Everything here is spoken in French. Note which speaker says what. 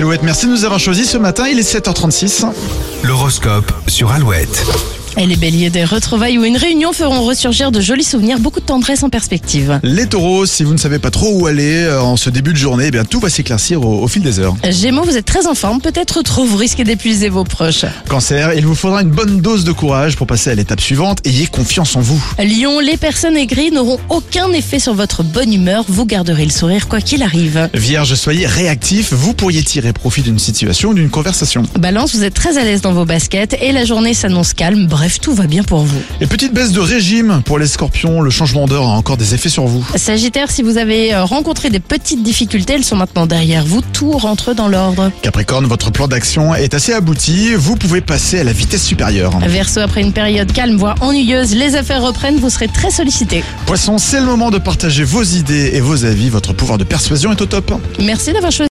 Speaker 1: Alouette, merci de nous avoir choisis ce matin. Il est 7h36.
Speaker 2: L'horoscope sur Alouette.
Speaker 3: Et les béliers des retrouvailles ou une réunion feront ressurgir de jolis souvenirs, beaucoup de tendresse en perspective.
Speaker 1: Les taureaux, si vous ne savez pas trop où aller euh, en ce début de journée, eh bien tout va s'éclaircir au, au fil des heures.
Speaker 3: Gémeaux, vous êtes très en forme, peut-être trop, vous risquez d'épuiser vos proches.
Speaker 1: Cancer, il vous faudra une bonne dose de courage pour passer à l'étape suivante. Ayez confiance en vous.
Speaker 3: Lion, les personnes aigries n'auront aucun effet sur votre bonne humeur, vous garderez le sourire quoi qu'il arrive.
Speaker 1: Vierge, soyez réactif, vous pourriez tirer profit d'une situation ou d'une conversation.
Speaker 3: Balance, vous êtes très à l'aise dans vos baskets et la journée s'annonce calme, bref, tout va bien pour vous.
Speaker 1: Et petite baisse de régime pour les scorpions, le changement d'heure a encore des effets sur vous.
Speaker 3: Sagittaire, si vous avez euh, rencontré des petites difficultés, elles sont maintenant derrière vous, tout rentre dans l'ordre.
Speaker 1: Capricorne, votre plan d'action est assez abouti, vous pouvez passer à la vitesse supérieure.
Speaker 3: Verseau, après une période calme, voire ennuyeuse, les affaires reprennent, vous serez très sollicité.
Speaker 1: Poisson, c'est le moment de partager vos idées et vos avis, votre pouvoir de persuasion est au top.
Speaker 3: Merci d'avoir choisi.